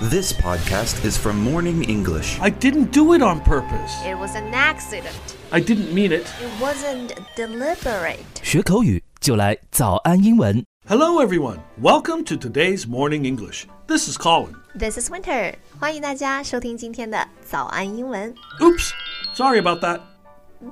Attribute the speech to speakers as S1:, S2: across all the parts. S1: This podcast is from Morning English.
S2: I didn't do it on purpose.
S3: It was an accident.
S2: I didn't mean it.
S3: It wasn't deliberate.
S4: 学口语就来早安英文。
S2: Hello, everyone. Welcome to today's Morning English. This is Colin.
S3: This is Winter. 欢迎大家收听今天的早安英文。
S2: Oops. Sorry about that.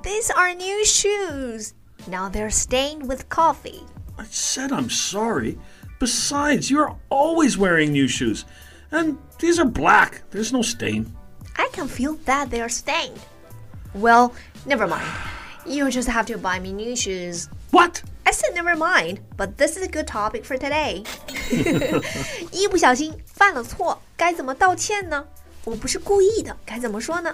S3: These are new shoes. Now they're stained with coffee.
S2: I said I'm sorry. Besides, you're always wearing new shoes. And these are black. There's no stain.
S3: I can feel that they're stained. Well, never mind. You just have to buy me new shoes.
S2: What?
S3: I said never mind, but this is a good topic for today. 一不小心犯了错，该怎么道歉呢？我不是故意的，该怎么说呢？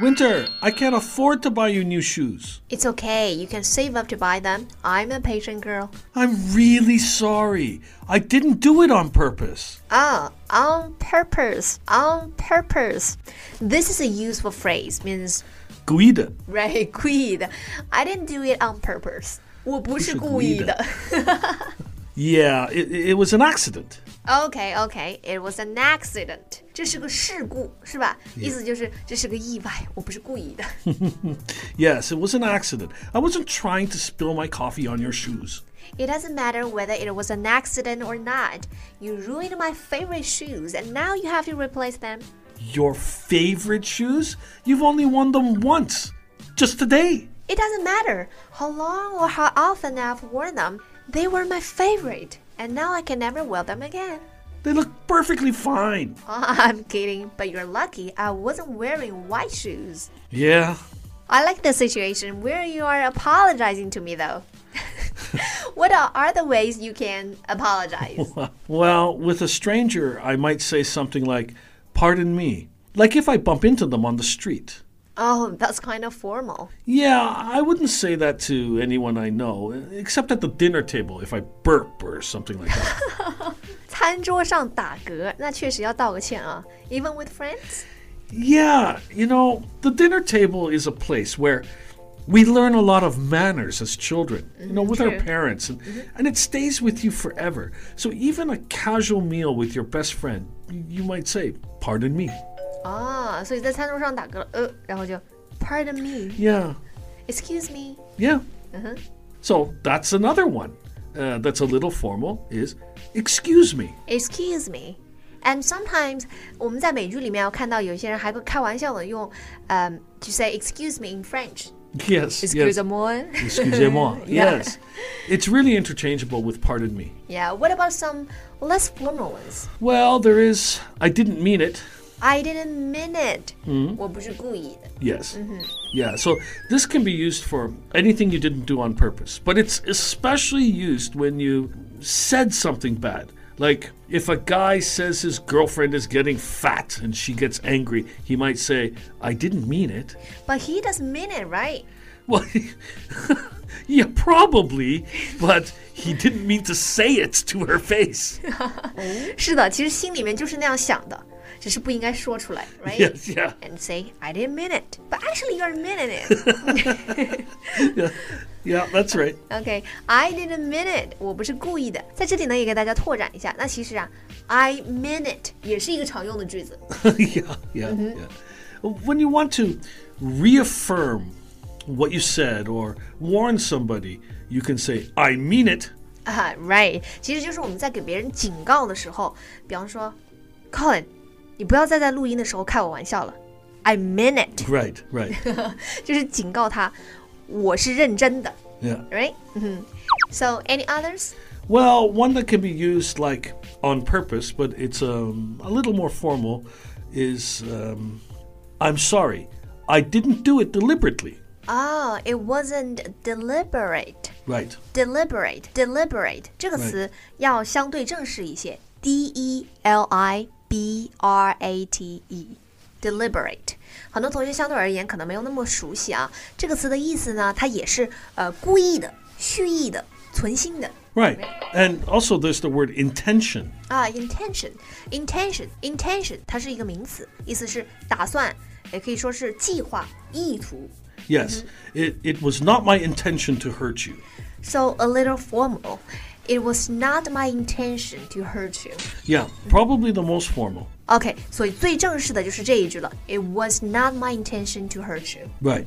S2: Winter, I can't afford to buy you new shoes.
S3: It's okay. You can save up to buy them. I'm a patient girl.
S2: I'm really sorry. I didn't do it on purpose.
S3: Ah, on purpose. On purpose. This is a useful phrase. Means
S2: Guida.
S3: right, 故意的. I didn't do it on purpose. 我不是故意的.
S2: Yeah, it, it was an accident.
S3: okay, okay. It was an accident. 这是个事故，是吧？意思就是这是个意外，我不是故意的。
S2: Yes, it was an accident. I wasn't trying to spill my coffee on your shoes.
S3: It doesn't matter whether it was an accident or not. You ruined my favorite shoes, and now you have to replace them.
S2: Your favorite shoes? You've only worn them once. Just today.
S3: It doesn't matter how long or how often I've worn them. They were my favorite, and now I can never wear them again. Oh,
S2: They look perfectly fine.
S3: I'm kidding, but you're lucky I wasn't wearing white shoes.
S2: Yeah.
S3: I like the situation where you are apologizing to me, though. what are other ways you can apologize?
S2: Well, with a stranger, I might say something like, Pardon me. Like if I bump into them on the street.
S3: oh, that's kind of formal.
S2: Yeah, I wouldn't say that to anyone I know, except at the dinner table if I burp or something like that.
S3: 餐桌上打嗝，那确实要道个歉啊。Even with friends?
S2: yeah, you know, the dinner table is a place where we learn a lot of manners as children, you know, with our
S3: Mm-hmm, true. Mm-hmm.
S2: parents, and, and it stays with you forever. So even a casual meal with your best friend, y- you might say, Pardon me.
S3: 啊，所以在餐桌上打嗝了，呃，然后就 Pardon me,
S2: Yeah,
S3: excuse me.
S2: yeah.
S3: Uh-huh.
S2: So that's another one uh, that's a little formal is, Excuse me.
S3: Excuse me. And sometimes 我们在美剧里面要看到有些人还会开玩笑的用，嗯、to say excuse me in French。
S2: Yes. yes.
S3: Excuse me.
S2: Excusez-moi.
S3: Yeah.
S2: Yes. It's really interchangeable with pardon me.
S3: Yeah. What about some less formal ones?
S2: Well, there is I didn't mean it.
S3: I didn't mean it.
S2: Hmm?
S3: 我不是故意的。
S2: Yes. Yeah, so this can be used for anything you didn't do on purpose, but it's especially used when you said something bad. Like if a guy says his girlfriend is getting fat and she gets angry, he might say, "I didn't mean it."
S3: But he doesn't mean it, right?
S2: Well, yeah, probably, but he didn't mean to say it to her face.
S3: 是的，其实心里面就是那样想的，只是不应该说出来，right?
S2: Yes, yeah.
S3: And say I didn't mean it, but actually you're meaning it.
S2: Yeah, that's right.
S3: OK, I didn't mean it，我不是故意的。在这里呢，也给大家拓展一下。那其实啊，I mean it 也是一个常用的句子。
S2: yeah, yeah, yeah. When you want to reaffirm what you said or warn somebody, you can say, I mean it.
S3: 啊、r i g h t 其实就是我们在给别人警告的时候，比方说，Colin，你不要再在录音的时候开我玩笑了。I mean it，
S2: Right, right.
S3: 就是警告他，我是认真的
S2: yeah.
S3: ，right？嗯哼。So any others？
S2: Well, one that can be used like on purpose, but it's um, a little more formal, is um, I'm sorry, I didn't do it deliberately.
S3: Oh, it wasn't deliberate.
S2: Right.
S3: Deliberate, deliberate 这个词要相对正式一些。D E L I B R A T E deliberate。很多同学相对而言可能没有那么熟悉啊，这个词的意思呢，它也是呃故意的、蓄意的、存心的
S2: Right. And also, there's the word intention.
S3: 啊。intention、intention、intention，它是一个名词，意思是打算，也可以说是计划、意图。
S2: Yes, it, it was not my intention to hurt you.
S3: So a little formal. It was not my intention to hurt you.
S2: Yeah, probably the most formal.
S3: OK，所以最正式的就是这一句了。It was not my intention to hurt you.
S2: Right.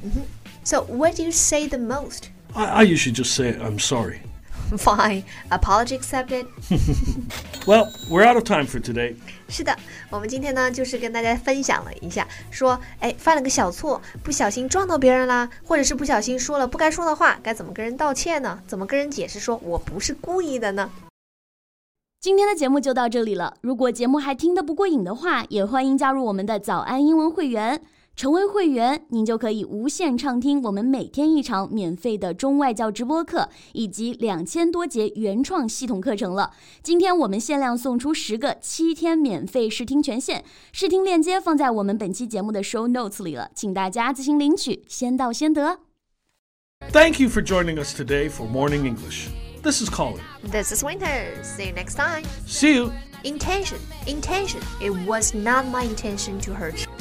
S3: So what do you say the most?
S2: I, I usually just say, I'm sorry.
S3: Fine, apology accepted.
S2: Well, we're out of time for today.
S3: 是的，我们今天呢，就是跟大家分享了一下，说，哎，犯了个小错，不小心撞到别人啦，或者是不小心说了不该说的话，该怎么跟人道歉呢？怎么跟人解释说我不是故意的呢？
S5: 今天的节目就到这里了。如果节目还听得不过瘾的话，也欢迎加入我们的早安英文会员。成为会员，您就可以无限畅听我们每天一场免费的中外教直播课，以及两千多节原创系统课程了。今天我们限量送出十个七天免费试听权限，试听链接放在我们本期节目的 show notes 里了，请大家自行领取，先到先得。
S2: Thank you for joining us today for Morning English. This is Colin.
S3: This is Winter. See you next time.
S2: See you.
S3: Intention, intention. It was not my intention to hurt you.